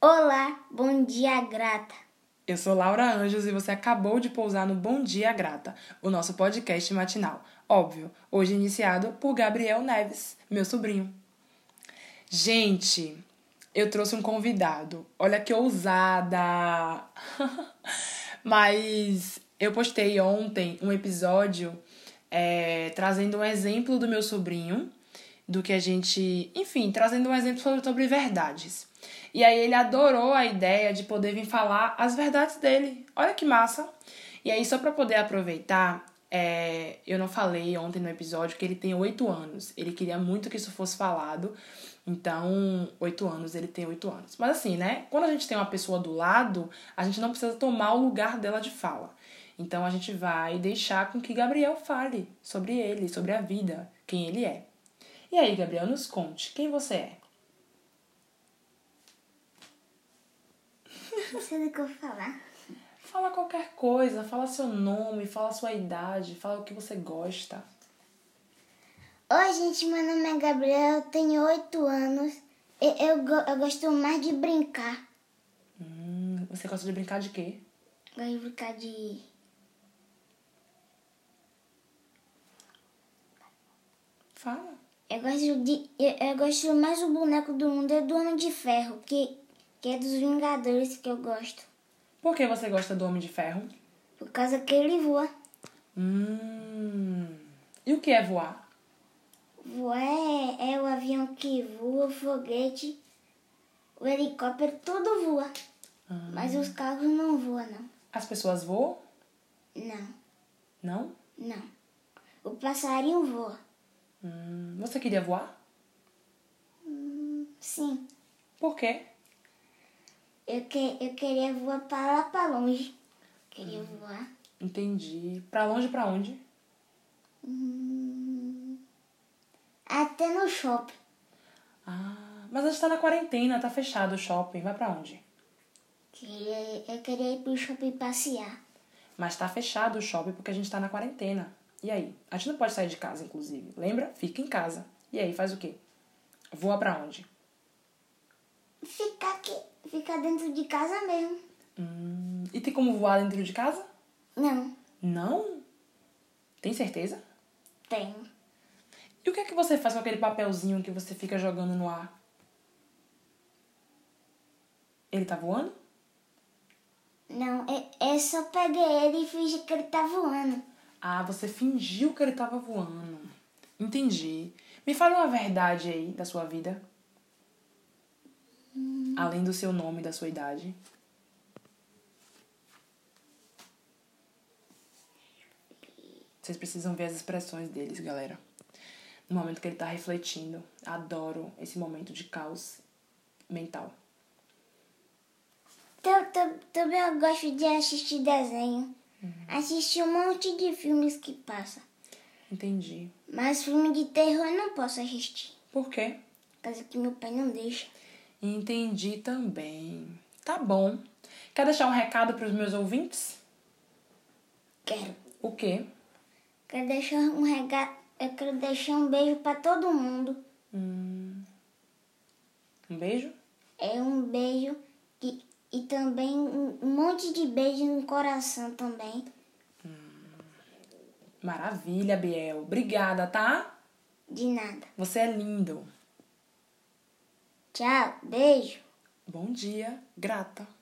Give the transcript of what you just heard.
Olá, bom dia, grata. Eu sou Laura Anjos e você acabou de pousar no Bom Dia Grata, o nosso podcast matinal. Óbvio, hoje iniciado por Gabriel Neves, meu sobrinho. Gente, eu trouxe um convidado. Olha que ousada! Mas eu postei ontem um episódio é, trazendo um exemplo do meu sobrinho do que a gente. Enfim, trazendo um exemplo sobre, sobre verdades. E aí ele adorou a ideia de poder vir falar as verdades dele. Olha que massa! E aí, só para poder aproveitar, é, eu não falei ontem no episódio que ele tem oito anos. Ele queria muito que isso fosse falado. Então, oito anos, ele tem oito anos. Mas assim, né? Quando a gente tem uma pessoa do lado, a gente não precisa tomar o lugar dela de fala. Então a gente vai deixar com que Gabriel fale sobre ele, sobre a vida, quem ele é. E aí, Gabriel, nos conte quem você é. Não sei do que eu vou falar. Fala qualquer coisa, fala seu nome, fala sua idade, fala o que você gosta. Oi, gente, meu nome é Gabriel, eu tenho 8 anos. Eu, eu, go- eu gosto mais de brincar. Hum, você gosta de brincar de quê? Gosto de brincar de. Fala. Eu gosto de. Eu, eu gosto mais do boneco do mundo é do Homem de Ferro, que, que é dos Vingadores que eu gosto. Por que você gosta do Homem de Ferro? Por causa que ele voa. Hum. E o que é voar? Voar é, é o avião que voa, o foguete, o helicóptero, tudo voa. Ah. Mas os carros não voam, não. As pessoas voam? Não, Não? não. O passarinho voa. Hum. Você queria voar? Sim, Por quê? eu, que, eu queria voar para lá, para longe. Queria voar. Entendi. Pra longe, pra onde? Hum, até no shopping. Ah, mas a gente tá na quarentena, tá fechado o shopping. Vai pra onde? Queria, eu queria ir pro shopping passear. Mas tá fechado o shopping porque a gente tá na quarentena. E aí? A gente não pode sair de casa, inclusive. Lembra? Fica em casa. E aí, faz o quê? Voa pra onde? Ficar aqui, ficar dentro de casa mesmo. Hum, e tem como voar dentro de casa? Não, Não? Tem certeza? tenho. E o que é que você faz com aquele papelzinho que você fica jogando no ar? Ele tá voando? Não, eu, eu só peguei ele e fingi que ele tá voando. Ah, você fingiu que ele tava voando. Entendi. Me fala uma verdade aí da sua vida. Além do seu nome e da sua idade. Vocês precisam ver as expressões deles, galera. No momento que ele tá refletindo. Adoro esse momento de caos mental. Tam- tam- Também eu gosto de assistir desenho. Assistir um monte de filmes que passa. Entendi. Mas filme de terror eu não posso assistir. Por quê? Por causa que meu pai não deixa. Entendi também. Tá bom. Quer deixar um recado pros meus ouvintes? Quero. O quê? Quero deixar um rega... Eu quero deixar um beijo pra todo mundo. Hum. Um beijo? É um beijo que... e também um um monte de beijo no coração também. Maravilha, Biel. Obrigada, tá? De nada. Você é lindo. Tchau, beijo. Bom dia, grata.